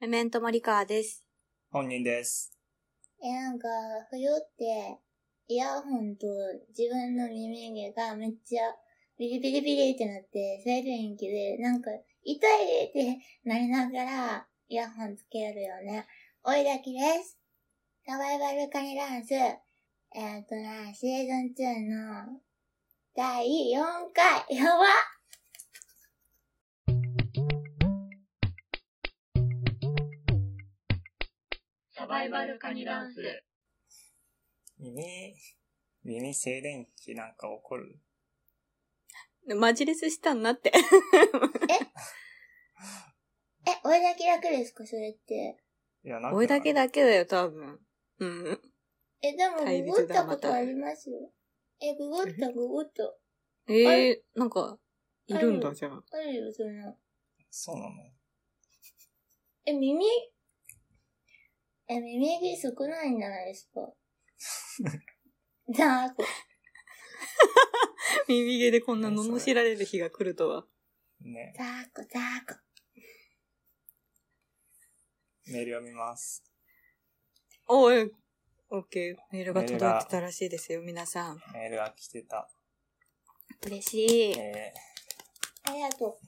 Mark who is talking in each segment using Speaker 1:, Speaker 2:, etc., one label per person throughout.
Speaker 1: メメントモリカーです。
Speaker 2: 本人です。
Speaker 3: え、なんか、冬って、イヤホンと自分の耳毛がめっちゃビリビリビリってなって、それで元気で、なんか、痛いってなりながら、イヤホンつけるよね。おいだきです。サバイバルカニダンス、えっとな、シーズン2の第4回、やば
Speaker 4: サバイバルカニダンス。
Speaker 2: 耳、耳静電気なんか起こる
Speaker 1: マジレスしたんな って。
Speaker 3: え、おいだきだけですかそれって。
Speaker 2: いや、なんか。
Speaker 1: 俺だけだけだよ、多分。うん。
Speaker 3: え、でも、
Speaker 1: 怪物
Speaker 3: ググっ
Speaker 1: だ
Speaker 3: たこ
Speaker 1: ま
Speaker 3: と
Speaker 1: た
Speaker 3: ありますよ。え、ググった、ググった。あ
Speaker 1: ええなんか、いるん
Speaker 3: あ
Speaker 1: だ、
Speaker 3: る
Speaker 1: じゃあ。
Speaker 3: あるよ、そんな。
Speaker 2: そうなの
Speaker 3: え、耳え、耳毛少ないんじゃないですかじゃあ、こ
Speaker 1: 耳毛でこんな
Speaker 2: えそれ
Speaker 1: 罵られる日が来るとは。
Speaker 2: ね。
Speaker 3: ざーこ、ざーこ。
Speaker 2: メール読みます。
Speaker 1: おい、オッケー。メールが届いてたらしいですよ、皆さん。
Speaker 2: メールが来てた。
Speaker 1: 嬉しい。
Speaker 2: え
Speaker 3: ありがと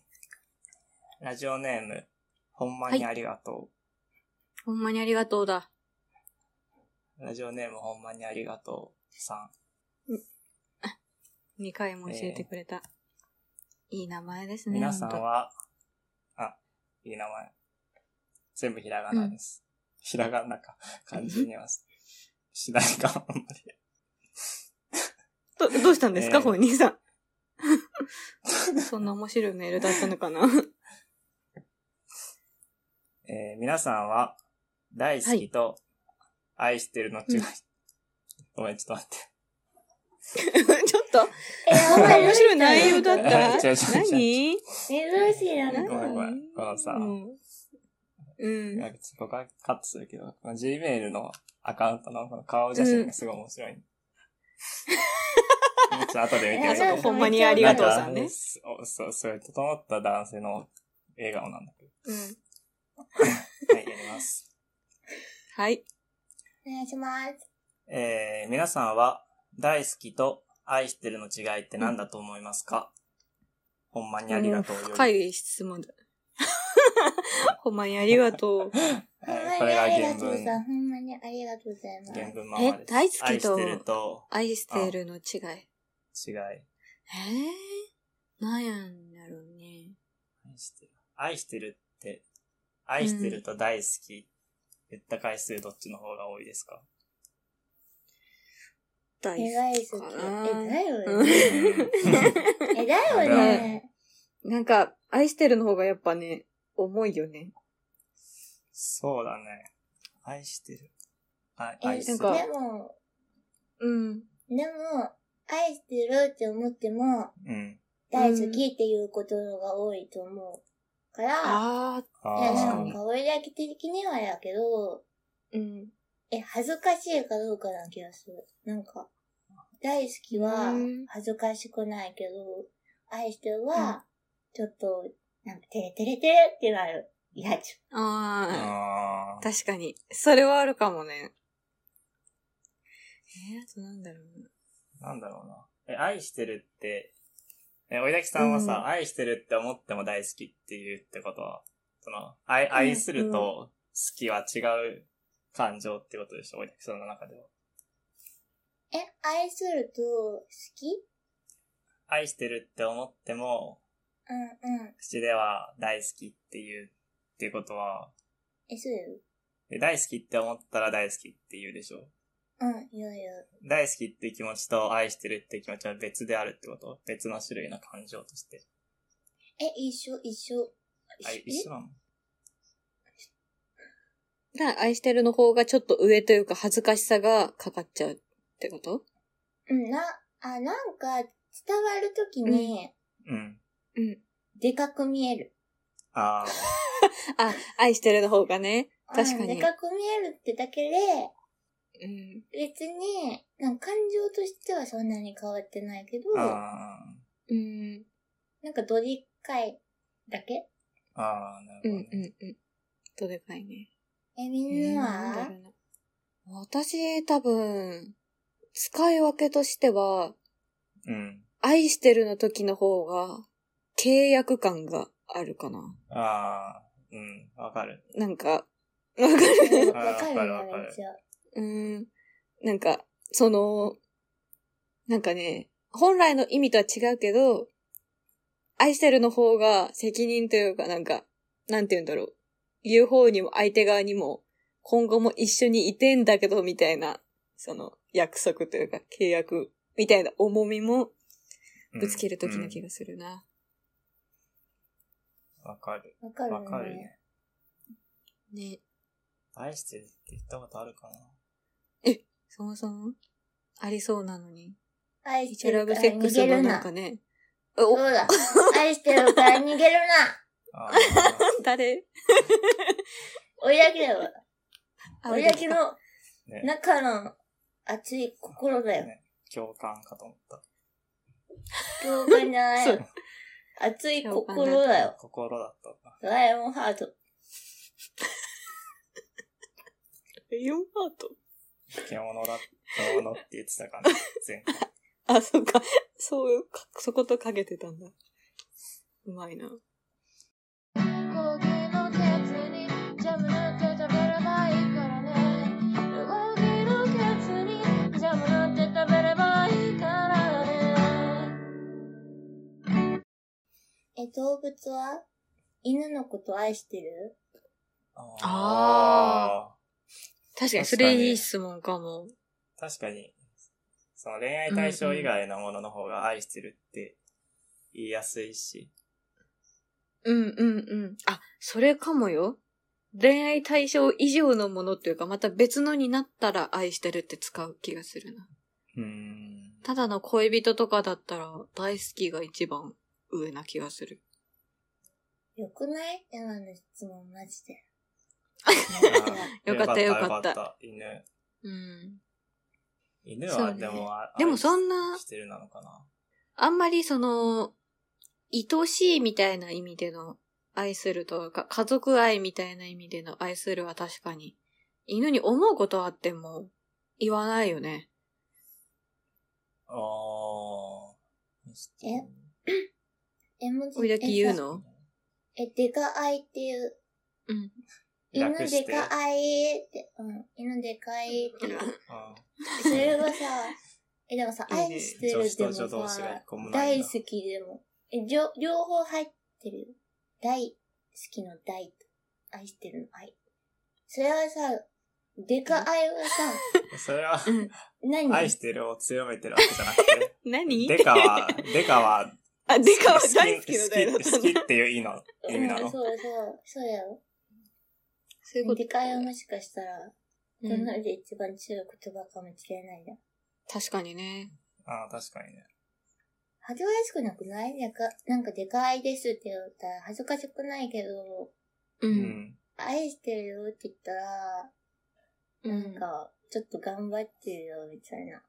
Speaker 2: ー、ラジオネーム、ほんまにありがと
Speaker 1: ほんまにありがとうだ。
Speaker 2: う。ラジオネーム、ほんまにありがとうさ
Speaker 1: 2回も教えてくれた。いい名前です
Speaker 2: ん。
Speaker 1: ね。
Speaker 2: 皆さん
Speaker 1: ほと
Speaker 2: は、あ、いい名前。全部ひらがなです。ひらがなか、漢字にはししないか、あんまり。
Speaker 1: ど、どうしたんですか、
Speaker 2: えー
Speaker 1: 本人さ ん。そんな面白いメールだったのかな
Speaker 2: えー皆さんは、大好きと愛してるの違い。ごめん、ちょっと待って。
Speaker 1: ちょっと、
Speaker 3: う。え、やばい、
Speaker 1: 面白い内容だっ
Speaker 2: 違う違う違
Speaker 1: た
Speaker 2: う
Speaker 1: 何
Speaker 3: 珍しいな、
Speaker 1: 何
Speaker 2: ごめんごめんこのさ
Speaker 1: うん。うん
Speaker 2: なんかそこからカットするけど、この Gmail のアカウントのこの顔写真がすごい面白い。 ちょっと後で見て
Speaker 3: え
Speaker 2: み
Speaker 1: あ
Speaker 3: ー
Speaker 1: そ
Speaker 3: そう
Speaker 1: こ
Speaker 3: う
Speaker 1: ほんまにありがとうさん
Speaker 2: なん
Speaker 1: ね
Speaker 2: か。そう、そう、そういう整った男性の笑顔なんだけ
Speaker 1: うん。
Speaker 2: ど。はい、やります。
Speaker 1: はい。
Speaker 3: お願いします。
Speaker 2: えー、皆さんは大好きと愛してるの違いって何だと思いますか、ほんまにありがとうより。
Speaker 1: 深い質問だ。 ほんまにありがとう。
Speaker 2: え
Speaker 3: ほ
Speaker 2: ー
Speaker 3: んま
Speaker 2: こ
Speaker 3: に
Speaker 2: れが
Speaker 3: ありが
Speaker 2: 原
Speaker 3: とう
Speaker 2: 文。
Speaker 3: さん。ほんまにありがとうございます。
Speaker 2: 原文ままです。
Speaker 1: え大好きと
Speaker 2: 愛してると
Speaker 1: 愛してるの違い。え
Speaker 2: 違い。
Speaker 1: ー、なんやんだろうね。
Speaker 2: 愛してる。愛してるって、愛してると大好き。言った回数どっちの方が多いですか、
Speaker 1: 大
Speaker 3: え、大好き。
Speaker 1: か
Speaker 3: え、
Speaker 1: な
Speaker 3: だよ
Speaker 1: う
Speaker 3: ね。
Speaker 2: う
Speaker 3: え、だよね。
Speaker 1: なんか、愛してるの方がやっぱね、重いよね。
Speaker 2: そうだね。愛してる。あ
Speaker 3: え、
Speaker 2: 愛
Speaker 3: で
Speaker 2: する。
Speaker 1: なんか
Speaker 3: も、
Speaker 1: うん。
Speaker 3: でも、愛してるって思っても、
Speaker 2: うん。
Speaker 3: 大好きっていうことが多いと思うから、
Speaker 1: ああ、
Speaker 2: あ
Speaker 3: いや、な
Speaker 2: あ
Speaker 3: ん
Speaker 2: ー、
Speaker 3: か、俺だけ的にはやけど、
Speaker 1: うん。
Speaker 3: え、恥ずかしいかどうかな気がする。なんか、大好きは
Speaker 1: うん
Speaker 3: 恥ずかしくないけど、愛してるは、ちょっと、なんか、てれてれてれってなる。いや、ち
Speaker 1: あ
Speaker 2: あ
Speaker 1: あ、
Speaker 2: ー
Speaker 1: 確かに。それはあるかもね。えー、あとなんだろうな。
Speaker 2: なんだろうな。え、愛してるって、え、おいだきさんは
Speaker 1: う
Speaker 2: さ、
Speaker 1: ん
Speaker 2: 愛してるって思っても大好きって言うってことは、その、愛、愛すると好きは違う感情ってことでしょ、おいだきさんの中では。
Speaker 3: ょえ、愛すると、好き
Speaker 2: 愛してるって思っても、
Speaker 3: うんうん。
Speaker 2: 口では大好きっていうっていうことは、
Speaker 3: え、そうよ。
Speaker 2: で大好きって思ったら大好きって言うでしょ。
Speaker 3: うん、いやいや。
Speaker 2: 大好きっていう気持ちと愛してるっていう気持ちは別であるってこと別の種類の感情として。
Speaker 3: え、一緒、一緒。
Speaker 2: あ、一緒なの
Speaker 1: だから愛してるの方がちょっと上というか恥ずかしさがかかっちゃうってこと
Speaker 3: えうん、な、あ、なんか、伝わるときに、
Speaker 2: うん。
Speaker 1: うん。
Speaker 3: でかく見える。
Speaker 2: ああ、
Speaker 1: あ、愛してるの方がね。確かに
Speaker 3: うんでかく見えるってだけで、
Speaker 1: うん。
Speaker 3: 別に、なんか感情としてはそんなに変わってないけど、な
Speaker 2: あ
Speaker 1: うん。
Speaker 3: んかドリッカイだけ
Speaker 2: あ、ああ、な
Speaker 1: うん。う
Speaker 2: るほど、ね
Speaker 1: ん。うん。とでかいね。
Speaker 3: え、みんな
Speaker 1: えーなんだ
Speaker 3: は
Speaker 1: ろうな私、多分、使い分けとしては、
Speaker 2: うん。
Speaker 1: 愛してるの時の方が、契約感があるかな。
Speaker 2: ああ、うん、わかる。
Speaker 1: なんか、 わか
Speaker 3: うん
Speaker 1: る
Speaker 2: あー
Speaker 3: わか
Speaker 2: わか
Speaker 3: る
Speaker 2: る
Speaker 3: よ、
Speaker 2: わか
Speaker 3: め
Speaker 2: る
Speaker 3: っちゃ。
Speaker 1: うーん。なんか、その、なんかね、本来の意味とは違うけど、愛してるの方が責任というか、なんか、なんて言うんだろう。言う方にも相手側にも、今後も一緒にいてんだけど、みたいな、その、約束というか、契約、みたいな重みも
Speaker 2: うん
Speaker 1: ぶつけるときな気
Speaker 2: う
Speaker 1: がするな。
Speaker 2: んわかる。
Speaker 3: わかるよ
Speaker 2: わかる
Speaker 3: ね。
Speaker 2: ね。
Speaker 1: ね。
Speaker 2: 愛してるって言ったことあるかな
Speaker 1: そもそも、ありそうなのに。
Speaker 3: 愛し
Speaker 1: イ
Speaker 3: て
Speaker 1: チラ
Speaker 3: るか
Speaker 1: ブ
Speaker 3: ら
Speaker 1: セック
Speaker 3: 逃
Speaker 1: ス
Speaker 3: げ
Speaker 1: のな
Speaker 3: る
Speaker 1: ん
Speaker 3: な
Speaker 1: か。ね、
Speaker 3: そ
Speaker 1: お、
Speaker 3: うだ。愛してるか ら逃げるな。
Speaker 2: あー
Speaker 1: 誰
Speaker 3: 追い上げろ。追い上げ
Speaker 1: あ
Speaker 3: の
Speaker 2: ね
Speaker 3: 中の熱い心だよ。
Speaker 2: ね共感かと思った。
Speaker 3: 動画じゃない
Speaker 1: そ
Speaker 3: よ
Speaker 1: う。
Speaker 3: 熱い心だよ。
Speaker 2: 心だ ったんだ。
Speaker 3: ドラえもんハート。
Speaker 1: レイオンハート
Speaker 2: 獣だ、獣って言ってたから、ね、前回。
Speaker 1: あ、そっか。そういうか、そことかけてたんだ。うまいな。
Speaker 5: コーヒーのケツにジャムなんて食べればいいからねコーヒーのケツにジャムなんて食べればいいからね
Speaker 3: え、動物は犬のこと愛してる
Speaker 1: あ確かに、そ
Speaker 2: 確かに
Speaker 1: れいい質問かも。
Speaker 2: ー。確かに、その恋愛対象以外のものの方が愛してるって言いやすいし、
Speaker 1: うんうんうん。あ、それかもよ。恋愛対象以上のものっていうか、また別のになったら愛してるって使う気がするな。
Speaker 2: うーん。
Speaker 1: ただの恋人とかだったら、大好きが一番上な気がする。
Speaker 3: よくない今の質問マジ で。
Speaker 2: あ ー
Speaker 1: よかったよかった
Speaker 2: 犬。
Speaker 1: うん。
Speaker 2: 犬
Speaker 1: そう
Speaker 2: は
Speaker 1: ね
Speaker 2: でも、あ
Speaker 1: でもそんな
Speaker 2: 愛してるなのかな。
Speaker 1: あんまりその、愛しいみたいな意味での愛するとか、家族愛みたいな意味での愛するは確かに、犬に思うことあっても言わないよね。
Speaker 2: あー。
Speaker 3: 絵文字
Speaker 1: おいだけ言う
Speaker 3: えさ
Speaker 1: の
Speaker 3: え、でか愛っていう。
Speaker 1: うん。
Speaker 3: 犬
Speaker 2: 略
Speaker 3: で
Speaker 2: して
Speaker 3: か愛って、うん。犬でか愛っていう。
Speaker 2: あ
Speaker 3: それはさ、え、でもさ、
Speaker 1: いいね
Speaker 3: 愛してるでも
Speaker 2: 女子と
Speaker 3: さ
Speaker 2: 女同士が一個も、ない
Speaker 3: 大
Speaker 2: な
Speaker 3: 好きでも、え、両両方入ってるよ。大好きの大と、愛してるの愛。それはさ、でか愛は さ、
Speaker 2: ーそれは、
Speaker 1: うん。
Speaker 3: 何
Speaker 2: 愛してるを強めてるわけじゃなくて、
Speaker 1: 何
Speaker 2: デカは、デカ は、
Speaker 1: あ、でかは
Speaker 2: 好き
Speaker 1: 大好きの代だっ
Speaker 2: 好き
Speaker 1: た
Speaker 2: 好
Speaker 1: ん
Speaker 2: き
Speaker 1: だ。
Speaker 2: っていう意の意味な
Speaker 3: うん
Speaker 2: の。
Speaker 3: そうそう、そうだよ。
Speaker 1: そういうこと
Speaker 3: でか愛はもしかしたら、
Speaker 1: う
Speaker 3: こ
Speaker 1: ん
Speaker 3: の世で一番強い言葉かもしれないな。
Speaker 1: 確かにね。
Speaker 2: ああ、確かにね。
Speaker 3: 恥ずかしくなくないなんか、なんかでかいですって言ったら恥ずかしくないけど、
Speaker 1: う。
Speaker 2: うんん。
Speaker 3: 愛してるよって言ったら、
Speaker 1: う
Speaker 3: なんか、ちょっと頑張ってるよ、みたいな。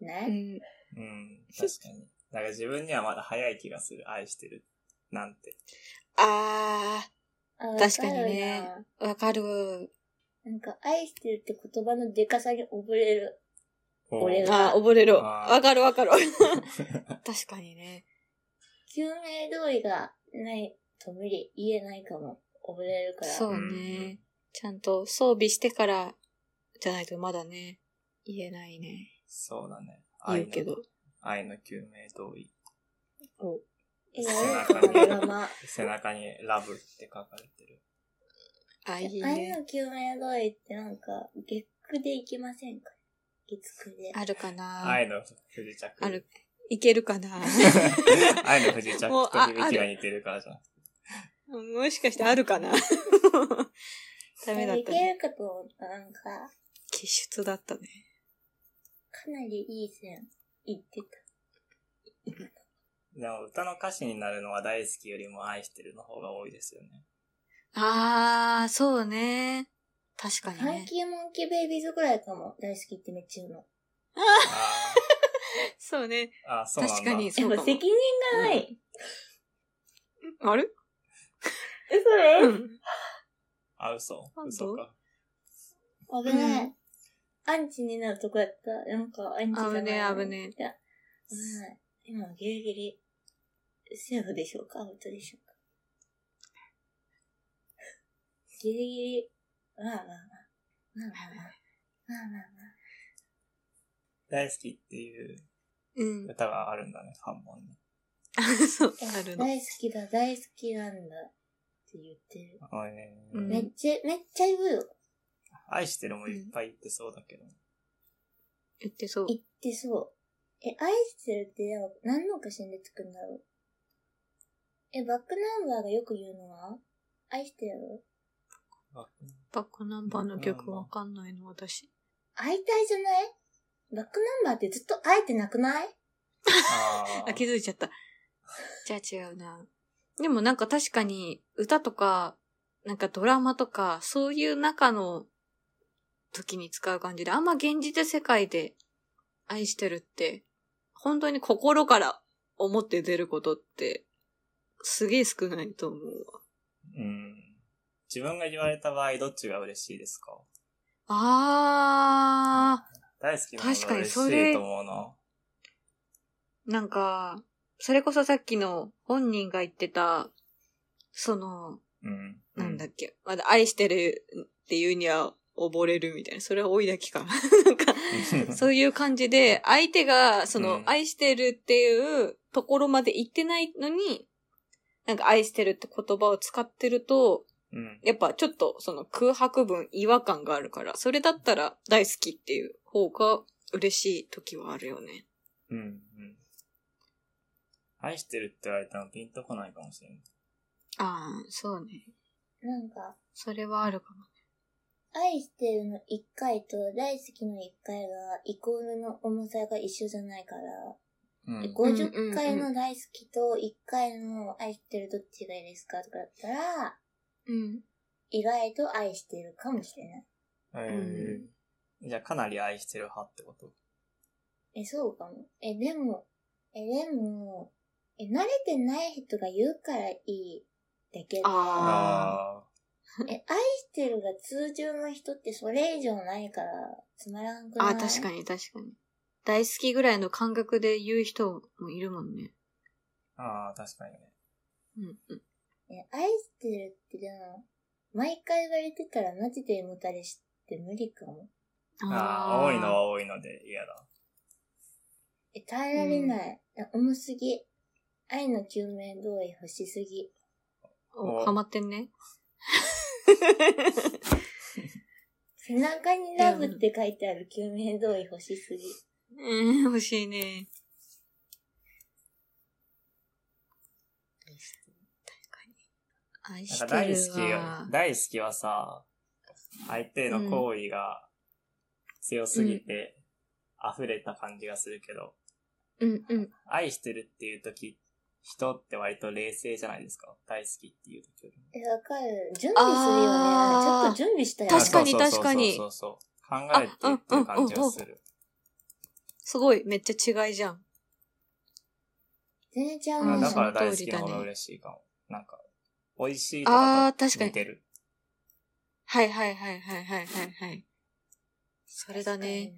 Speaker 1: う
Speaker 3: ね、
Speaker 1: ん。
Speaker 2: うん。確かに。だから自分にはまだ早い気がする。愛してる。なん て。
Speaker 1: あ
Speaker 3: あ
Speaker 1: 確かにね。
Speaker 3: わる
Speaker 1: ー、わかる。
Speaker 3: ななんか、愛してるって言葉のデカさに溺れる。
Speaker 2: お
Speaker 3: 俺が
Speaker 1: あー、溺れろ。
Speaker 2: あー
Speaker 1: わかるわか る。確かにね。
Speaker 3: 救命胴衣がないと無理、言えないかも。溺れるから。
Speaker 1: そうね。ちゃんと装備してから、じゃないとまだね、言えないね。
Speaker 2: そうだね。
Speaker 1: 言うけど。
Speaker 2: 愛の救命胴衣。
Speaker 3: え、
Speaker 2: 背
Speaker 3: や
Speaker 2: 中
Speaker 3: る
Speaker 2: に
Speaker 3: かな、まま。
Speaker 2: 背中にラブって書かれてる。
Speaker 1: あ、いい
Speaker 3: 愛
Speaker 1: ね。
Speaker 3: の救命胴衣ってなんか、月9でいきませんか月9で。
Speaker 1: あるかな
Speaker 2: 愛の不時着。
Speaker 1: ある。 いけるかな
Speaker 2: 愛の不時着と響きが似てるからじゃなくて。
Speaker 1: もしかしてあるか なダメだった
Speaker 3: い
Speaker 1: ね。
Speaker 3: けるかと思ったなんか、か
Speaker 1: 気質だったね。
Speaker 3: なりいい線いってた。
Speaker 2: でも歌の歌詞になるのは大好きよりも愛してるの方が多 いですよね。
Speaker 1: あー、そうね。確かに
Speaker 3: ファン
Speaker 1: ね。
Speaker 3: キーモンキーベイビーズぐらいかも。大好きってめっちゃ言うの。
Speaker 1: そうね。
Speaker 2: あーあ、そうなんだ。
Speaker 1: 確かに
Speaker 3: や
Speaker 1: そ
Speaker 3: っ
Speaker 1: うか
Speaker 3: ぱ
Speaker 1: も。
Speaker 3: 責任がない。
Speaker 1: あれ
Speaker 3: え、それ
Speaker 1: うん。
Speaker 2: あ、嘘
Speaker 1: 本。当
Speaker 2: 嘘か。
Speaker 3: 危な
Speaker 1: う
Speaker 3: い。アンチになるとこやった。なんか、アンチじゃない。
Speaker 1: 危ねえ危ね
Speaker 3: え。いや、危ない。今、ギリギリ、セーフでしょうかアウトでしょうかギリギリ、まあまあまあ。まあまあまあ。まあまあまあ。
Speaker 2: 大好きっていう
Speaker 1: うん。
Speaker 2: 歌があるんだね、ファンモンに。
Speaker 1: あ、そう、
Speaker 3: え
Speaker 1: あるの。
Speaker 3: 大好きだ、大好きなんだって言ってる。
Speaker 2: あえー
Speaker 1: うん
Speaker 3: めっちゃ、めっちゃ言うよ。
Speaker 2: 愛してるもいっぱい言ってそうだけど。
Speaker 1: 言ってそう。
Speaker 3: 言ってそう。え、愛してるってでも何の歌詞に出てくるんだろうえ、バックナンバーがよく言うのは愛してる
Speaker 2: あ
Speaker 1: バックナンバーの曲わかんないの、私。
Speaker 3: 会いたいじゃないバックナンバーってずっと会えてなくない
Speaker 2: あ
Speaker 1: あ、気
Speaker 2: ー。
Speaker 1: づいちゃった。じゃあ違うな。でもなんか確かに歌とか、なんかドラマとか、そういう中の時に使う感じで、あんま現実世界で愛してるって、本当に心から思って出ることって、すげえ少ないと思うわ。
Speaker 2: うん。自分が言われた場合、どっちが嬉しいですか
Speaker 1: あ
Speaker 2: 大好きなの
Speaker 1: 確
Speaker 2: が
Speaker 1: かに
Speaker 2: 嬉し
Speaker 1: それ
Speaker 2: いと思うな。
Speaker 1: ー、なんか、それこそさっきの本人が言ってた、その、
Speaker 2: うん。
Speaker 1: なんだっ
Speaker 2: け。
Speaker 1: け、まだ愛してるっていうには溺れるみたいな、それは追いだきかな。 なんか、 そういう感じで、相手が、その、
Speaker 2: うん
Speaker 1: 愛してるっていうところまで行ってないのに、なんか愛してるって言葉を使ってると、
Speaker 2: うん。
Speaker 1: やっぱちょっとその空白分違和感があるから、それだったら大好きっていう方が嬉しい時はあるよね。
Speaker 2: うん。うん。愛してるって言われたのピンとこないかもしれない。
Speaker 1: ああ、そうね。
Speaker 3: なんか、
Speaker 1: それはあるかも。
Speaker 3: 愛してるの一回と大好きの一回がイコールの重さが一緒じゃないから、
Speaker 2: うん。
Speaker 3: 50回の大好きと1回の愛してるどっちがいいですかとかだったら、
Speaker 1: うん。
Speaker 3: 意外と愛してるかもしれない。
Speaker 2: えーじゃあ、かなり愛してる派ってこと
Speaker 3: え、そうかも。え、でも、え、でも、え、慣れてない人が言うからいいだけで、
Speaker 1: あ
Speaker 2: あ
Speaker 3: え、愛してるが通常の人ってそれ以上ないから、つまらんく
Speaker 1: あ
Speaker 3: ない
Speaker 1: あ、確かに確かに。大好きぐらいの感覚で言う人もいるもんね。
Speaker 2: ー。ああ、確かにね。
Speaker 1: うんうん。
Speaker 3: に。え、愛してるってでも、毎回言われてたらマジで胃もたれして無理かも。
Speaker 2: ああ、多いのは多いので嫌だ。
Speaker 3: え、耐えられない。あ重すぎ。愛の救命胴衣欲しすぎ。
Speaker 1: お
Speaker 2: お
Speaker 1: ハマってんね。
Speaker 3: 背中にラブって書いてある救命胴衣欲しすぎ。
Speaker 1: うん、欲しいね。愛
Speaker 2: なん
Speaker 1: し
Speaker 2: か
Speaker 1: て
Speaker 2: 大
Speaker 1: る
Speaker 2: 好き
Speaker 1: わ
Speaker 2: が、。大好きはさ、相手への好意が強すぎて溢れた感じがするけど、
Speaker 1: うんうん。
Speaker 2: 愛してるっていう時、人って割と冷静じゃないですか。大好きっていう時よりも。
Speaker 3: え、わかる。準備するよね。あ
Speaker 1: あー
Speaker 3: れちょっと準備したよね。
Speaker 1: 確かに
Speaker 2: あそうそうそ
Speaker 1: 確
Speaker 2: う
Speaker 1: かに
Speaker 2: そうそうそう。考えて言ってる感じがする。
Speaker 1: すごい、めっちゃ違いじゃん。
Speaker 3: 全然ちゃう
Speaker 1: うんうんうん
Speaker 2: あ
Speaker 1: うん
Speaker 2: だから
Speaker 1: そ
Speaker 2: 大
Speaker 1: の
Speaker 2: 好
Speaker 1: 通り
Speaker 2: き
Speaker 1: だ
Speaker 2: の
Speaker 1: ね
Speaker 2: 方が嬉しいかも。なんか、美味しいと
Speaker 1: あ
Speaker 2: か
Speaker 1: ー確
Speaker 2: と
Speaker 1: かに
Speaker 2: 似てる。
Speaker 1: はいはいはいはいはいはいはい。それだね。。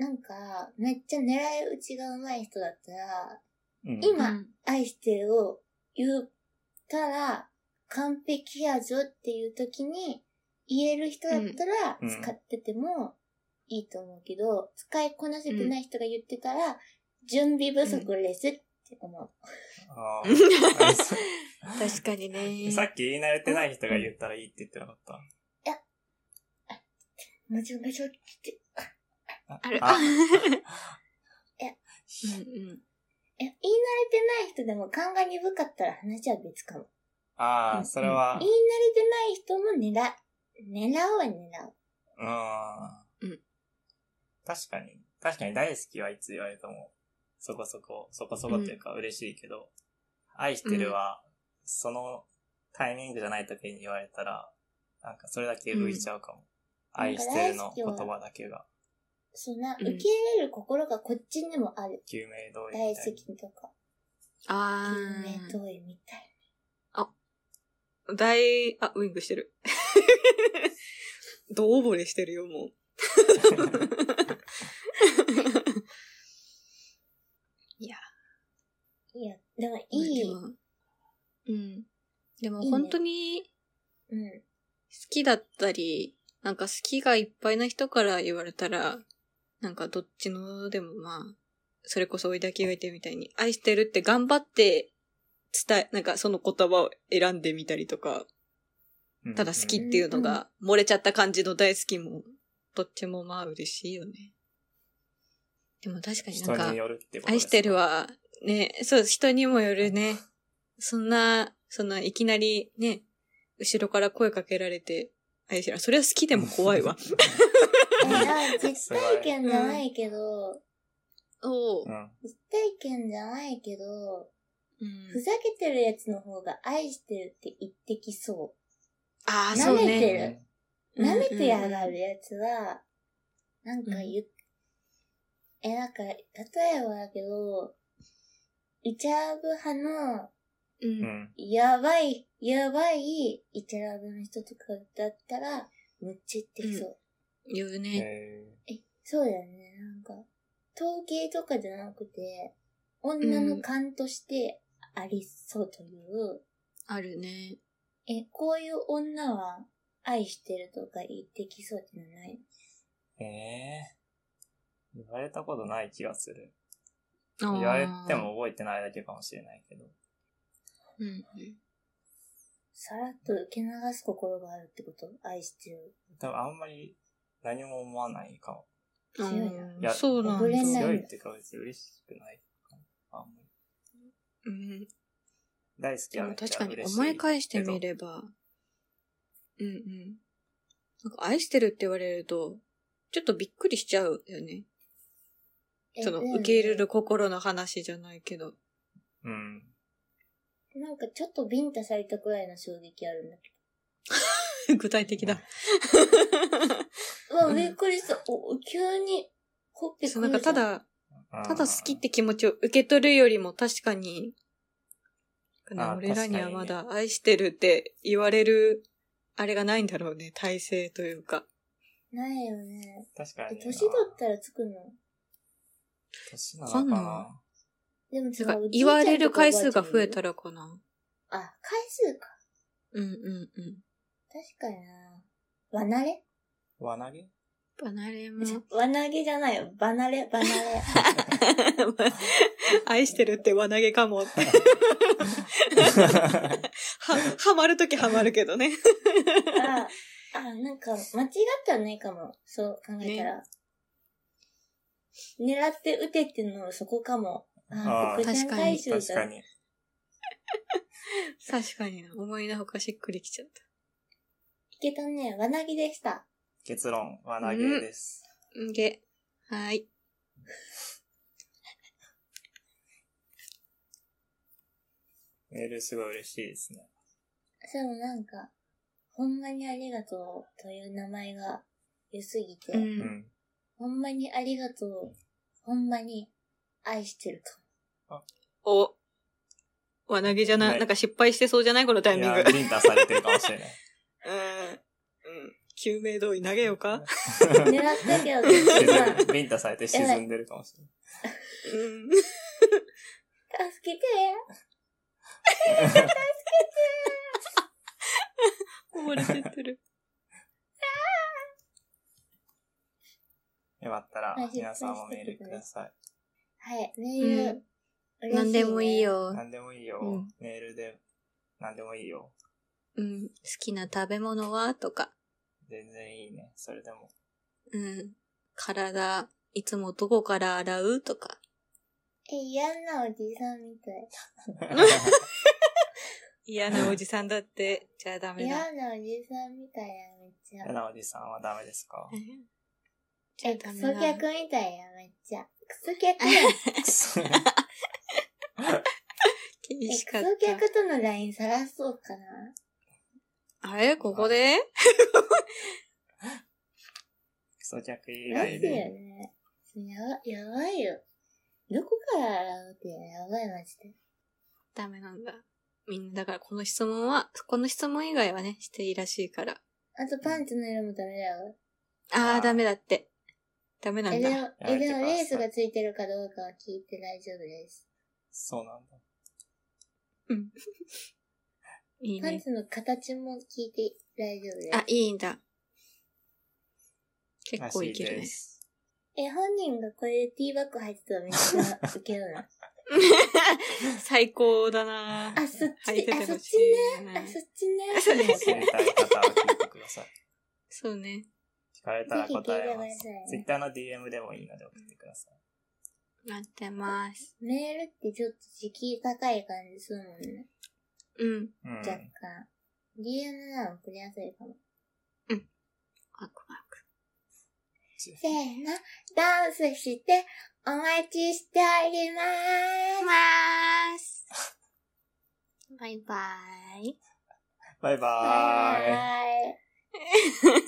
Speaker 3: なんか、めっちゃ狙い撃ちが上手い人だったら、
Speaker 2: うん
Speaker 3: 今
Speaker 1: うん
Speaker 3: 愛してるを言ったら、完璧やぞっていう時に、言える人だったら
Speaker 2: うん
Speaker 3: 使っててもいいと思うけど、使いこなせてない人が言ってたら、準備不足ですって思う。
Speaker 2: あー
Speaker 1: 確かにね。
Speaker 2: さっき言い慣れてない人が言ったらいいって言ってなかった。
Speaker 3: もちろんもちろんって。
Speaker 1: ある。
Speaker 2: あ
Speaker 1: うんうん。
Speaker 3: え、言い慣れてない人でも勘が鈍かったら話は別かも。
Speaker 2: ああ、それは
Speaker 3: 言い、慣れてない人も狙、狙うは狙う。
Speaker 1: う
Speaker 2: う
Speaker 1: ん
Speaker 2: ん。確かに、確かに大好きはいつ言われても、そこそこ、そこそこというか嬉しいけど、愛してるは、そのタイミングじゃない時に言われたら、なんかそれだけ浮いちゃうかも。
Speaker 3: うん
Speaker 2: 愛してるの言葉だけが、
Speaker 3: そんな、
Speaker 1: うん
Speaker 3: 受け入れる心がこっちにもある。
Speaker 2: 救命胴衣
Speaker 3: 大
Speaker 2: みたい
Speaker 3: 好きとか、
Speaker 1: あ
Speaker 3: 有名
Speaker 1: ー
Speaker 3: 通りみたい
Speaker 1: 大、あ、ウインクして る。どう溺れしてるよ、もう。
Speaker 3: いや、でもいい。
Speaker 1: で
Speaker 3: う
Speaker 1: もうん。でも
Speaker 3: いいね
Speaker 1: 本当に
Speaker 3: ん。
Speaker 1: 好きだったり、なんか好きがいっぱいな人から言われたら、なんかどっちのでもまあ、それこそ追いだきがいてみたいに、愛してるって頑張って伝え、なんかその言葉を選んでみたりとか、
Speaker 2: うん
Speaker 1: ただ好きっていうのが漏れちゃった感じの大好きも、どっちもまあ嬉しいよね。でも確かになん
Speaker 2: 人
Speaker 1: か
Speaker 2: に、よるってことで
Speaker 1: 愛
Speaker 2: す
Speaker 1: してる。は、ね、そう、人にもよるね。そんな、その、いきなりね、後ろから声かけられて、愛してる。それは好きでも怖 いわ。
Speaker 3: いや、実体験じゃないけど、
Speaker 1: お
Speaker 2: う。
Speaker 1: うん
Speaker 3: 実体験じゃないけど、ふ
Speaker 1: ん。
Speaker 3: ざけてるやつの方が愛してるって言ってきそ
Speaker 1: ああ、
Speaker 3: 舐
Speaker 1: そう
Speaker 3: めて
Speaker 1: ね。
Speaker 3: るう。舐めてやがるやつは、なんか言っ、え、なんか、例えばだけど、イチャブ派の、
Speaker 1: うん。
Speaker 2: う
Speaker 1: うん
Speaker 2: ん。
Speaker 3: やばい、やばい、イチャブの人とかだったら、むっちゃ言ってきそう。
Speaker 1: 言うね。
Speaker 2: え
Speaker 3: え、そうだよね。なんか、統計とかじゃなくて、女の勘としてありそうという、
Speaker 1: あるね。
Speaker 3: え、こういう女は愛してるとか言ってきそうってのない
Speaker 2: ー、えー、言われたことない気がする。
Speaker 1: あー
Speaker 2: 言われて。も覚えてないだけかもしれないけど。
Speaker 1: うんうん。
Speaker 3: さらっと受け流す心があるってこと愛してる。
Speaker 2: 多分あんまり何も思わないかも。
Speaker 3: 強いな
Speaker 1: あ
Speaker 2: い
Speaker 1: ー
Speaker 2: や
Speaker 1: そうなん
Speaker 3: ぶれない
Speaker 1: だ。
Speaker 2: 強いっていうか別に嬉しくないかも。あんまり。
Speaker 1: うん。
Speaker 2: 大好き
Speaker 1: で
Speaker 2: な
Speaker 1: も
Speaker 2: 人は
Speaker 1: 確かに
Speaker 2: 嬉しい
Speaker 1: 思い返してみれば、うんうん。なんか愛してるって言われると、ちょっとびっくりしちゃうよね。
Speaker 3: え
Speaker 1: その、
Speaker 3: だよね
Speaker 1: 受け入れる心の話じゃないけど。
Speaker 2: けど。うん。
Speaker 3: なんかちょっとビンタされたくらいの衝撃あるんだけ
Speaker 1: 具体的だ。
Speaker 3: ど。うわ、びっくりした。お、急に、ほっぺ
Speaker 1: そ
Speaker 3: く
Speaker 1: う、なんかただ、
Speaker 2: うん
Speaker 1: ただ好きっ。て気持ちを受け取るよりも確かに、
Speaker 2: あ
Speaker 1: 俺らには
Speaker 2: 確か
Speaker 1: ま
Speaker 2: にね
Speaker 1: だ愛してるって言われる、あれがないんだろうね。体制というか。
Speaker 3: ないよね。
Speaker 2: 確か
Speaker 3: え、
Speaker 2: にな。
Speaker 3: 年取ったらつくの
Speaker 2: 年なのか
Speaker 1: わかん
Speaker 2: な
Speaker 1: な
Speaker 3: でも違
Speaker 1: だから
Speaker 3: う。
Speaker 1: 言われる回数が増え
Speaker 3: ら
Speaker 1: たらかな。
Speaker 3: あ、回数か。
Speaker 1: うんうんうん。
Speaker 3: 確かにな。離れ
Speaker 2: 罠毛
Speaker 1: 離れも。
Speaker 3: 輪投げじゃないよ。離れ、離れ。
Speaker 1: 愛してるって輪投げか もって。 は、はまるときはまるけどね。
Speaker 3: あ、あ、なんか、間違ってはないかも。そう考えたら。狙って撃てってのはそこかも。あ
Speaker 2: あー
Speaker 3: 国産回収
Speaker 2: 確か
Speaker 3: だ。
Speaker 2: に。
Speaker 1: 確かにな。思いのほかしっくりきちゃっ
Speaker 3: いけたね。輪投げでした。
Speaker 2: 結論、罠毛です。
Speaker 1: た。んげ。はい。。
Speaker 2: メールすごい嬉しいですね。
Speaker 3: でもなんか、ほんまにありがとうという名前が良すぎて、
Speaker 2: うんん。
Speaker 3: ほんまにありがとう、ほんまに愛してるかも。
Speaker 1: お。輪投げじゃな、
Speaker 2: はいい
Speaker 1: なんか失敗してそうじゃないこのタイ
Speaker 2: い
Speaker 1: ミング。う
Speaker 2: や、
Speaker 1: ん。
Speaker 2: ビンタされてるかもしれない。
Speaker 1: うん。救命胴衣投げようか
Speaker 3: 狙ったけど、実 は
Speaker 2: 沈んビンタされて沈んでるかもしれない。
Speaker 1: うん。
Speaker 3: 助けて
Speaker 1: 溺れてってる。
Speaker 2: よかったら
Speaker 3: はい、
Speaker 2: 皆さんもメールください。
Speaker 3: はい、メール。嬉しいね
Speaker 1: なんでもいい。よ。
Speaker 2: 何でもいいよ。
Speaker 1: うん
Speaker 2: メールで、何でもいいよ。
Speaker 1: うん。好きな食べ物はとか。
Speaker 2: 全然いいね。それでも。
Speaker 1: うん。体、いつもどこから洗うとか。
Speaker 3: え、嫌なおじさんみたい。
Speaker 1: 嫌なおじさんだって、じゃあダメ
Speaker 3: 嫌
Speaker 1: だ。
Speaker 3: なおじさんみたいや、めっちゃ
Speaker 2: え。なおじさんはダメです か
Speaker 1: じゃあ
Speaker 3: え、ク
Speaker 1: ダメ
Speaker 3: ソ
Speaker 1: だ。
Speaker 3: 客みたいや、めっちゃ。クソ客やん。
Speaker 2: くそ
Speaker 3: え
Speaker 1: 厳
Speaker 3: ク
Speaker 1: し
Speaker 3: ソ
Speaker 1: かっ
Speaker 3: 客とのラインさらそうかな。
Speaker 1: た。あれここで
Speaker 2: クソ客以
Speaker 3: マ
Speaker 2: 外
Speaker 3: ジだよ
Speaker 2: で。
Speaker 3: ね。やば、やばいよ。どこから洗うってやばい、マジで。
Speaker 1: ダメなんだ。みんな、だからこの質問は、この質問以外はね、していいらしいから。
Speaker 3: あとパンツの色もダメだよ。
Speaker 1: あー、
Speaker 2: あー
Speaker 1: ダメだって。ダメなん
Speaker 3: え、で
Speaker 1: だ。
Speaker 3: も、え、で
Speaker 2: やめてくだ
Speaker 3: も
Speaker 2: さい
Speaker 3: レースがついてるかどうかは聞いて大丈夫です。
Speaker 2: そうなんだ。
Speaker 1: いい
Speaker 3: パン
Speaker 1: ね。
Speaker 3: ツの形も聞いて大丈夫です
Speaker 1: あ、。いいんだ。結構いける
Speaker 2: らしで
Speaker 1: ね。
Speaker 2: す。
Speaker 3: え、本人がこれでティーバッグ入ってたら めっちゃウケるな。
Speaker 1: 最高だな
Speaker 3: あ、そっ
Speaker 1: 履い
Speaker 3: ち、
Speaker 1: て
Speaker 3: あ、
Speaker 1: て
Speaker 3: そっ
Speaker 1: ほ
Speaker 3: ち
Speaker 1: しい
Speaker 3: ね。
Speaker 1: な
Speaker 3: あ、そっちね。
Speaker 2: 知りたい方は聞いてください。
Speaker 1: そうね。
Speaker 2: 聞かれたら
Speaker 3: ぜひ聞いて
Speaker 2: 答え
Speaker 3: く
Speaker 2: ま
Speaker 3: だ
Speaker 2: す
Speaker 3: さいね。
Speaker 2: ツイッターの DM でもいいので送ってください。
Speaker 1: 待ってます。
Speaker 3: メールってちょっと敷居高い感じするもんね。
Speaker 1: うん。
Speaker 2: うん。
Speaker 3: 若干。DM なら送りやすいかも。
Speaker 1: ワクワク。
Speaker 3: せーの、ダンスして、お待ちしておりま
Speaker 1: い
Speaker 3: ー
Speaker 1: まーす。バイバーイ。
Speaker 2: バイ
Speaker 3: す。
Speaker 2: バーイ。
Speaker 3: ーい。